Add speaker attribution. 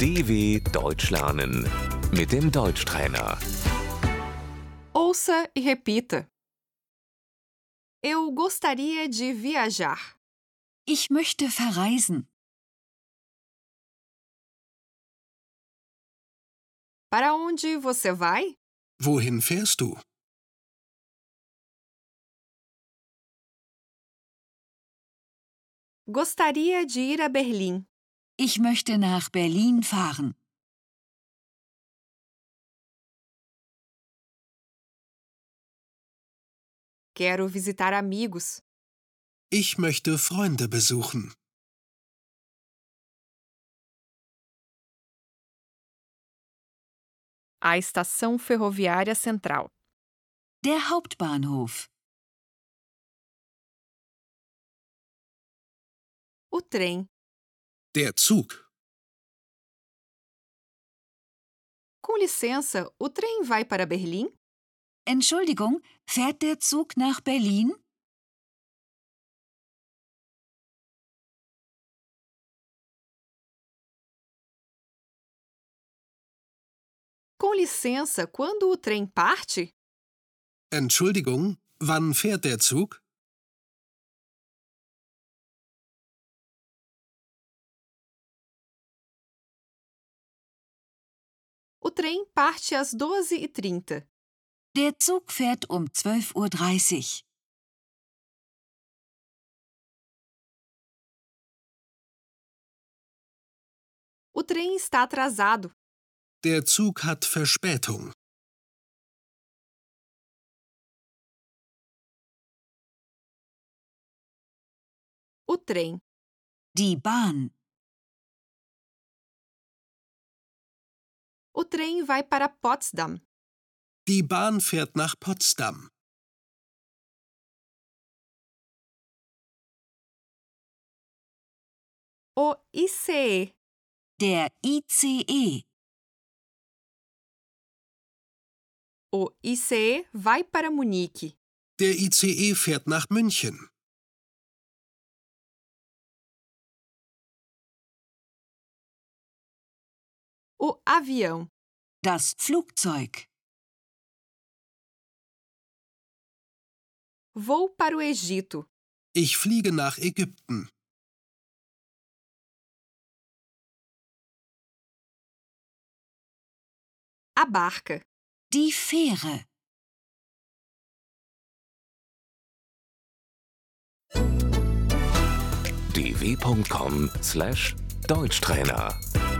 Speaker 1: DW Deutsch lernen mit dem Deutschtrainer.
Speaker 2: Ouça e repita. Eu gostaria de viajar.
Speaker 3: Ich möchte verreisen.
Speaker 2: Para onde você vai?
Speaker 4: Wohin fährst du?
Speaker 2: Gostaria de ir a Berlim.
Speaker 3: Ich möchte nach Berlin fahren.
Speaker 2: Quero visitar amigos.
Speaker 4: Ich möchte Freunde besuchen.
Speaker 2: A estação ferroviária central.
Speaker 3: Der Hauptbahnhof.
Speaker 2: O trem.
Speaker 4: Der Zug.
Speaker 2: Com licença, o trem vai para Berlim?
Speaker 3: Entschuldigung, fährt der Zug nach Berlin?
Speaker 2: Com licença, quando o trem parte?
Speaker 4: Entschuldigung, wann fährt der Zug?
Speaker 2: O trem parte às 12h30.
Speaker 3: Der Zug fährt um 12.30 Uhr.
Speaker 2: O trem está atrasado.
Speaker 4: Der Zug hat Verspätung.
Speaker 2: O trem.
Speaker 3: Die Bahn.
Speaker 2: O trem vai para Potsdam.
Speaker 4: Die Bahn fährt nach Potsdam.
Speaker 2: O ICE.
Speaker 3: Der E. ICE.
Speaker 2: O ICE vai para Munique.
Speaker 4: Der ICE fährt nach München.
Speaker 2: O avião.
Speaker 3: Das Flugzeug.
Speaker 2: Vou para o Egito.
Speaker 4: Ich fliege nach Ägypten.
Speaker 2: A barca.
Speaker 3: Die Fähre.
Speaker 1: dw.com/deutschtrainer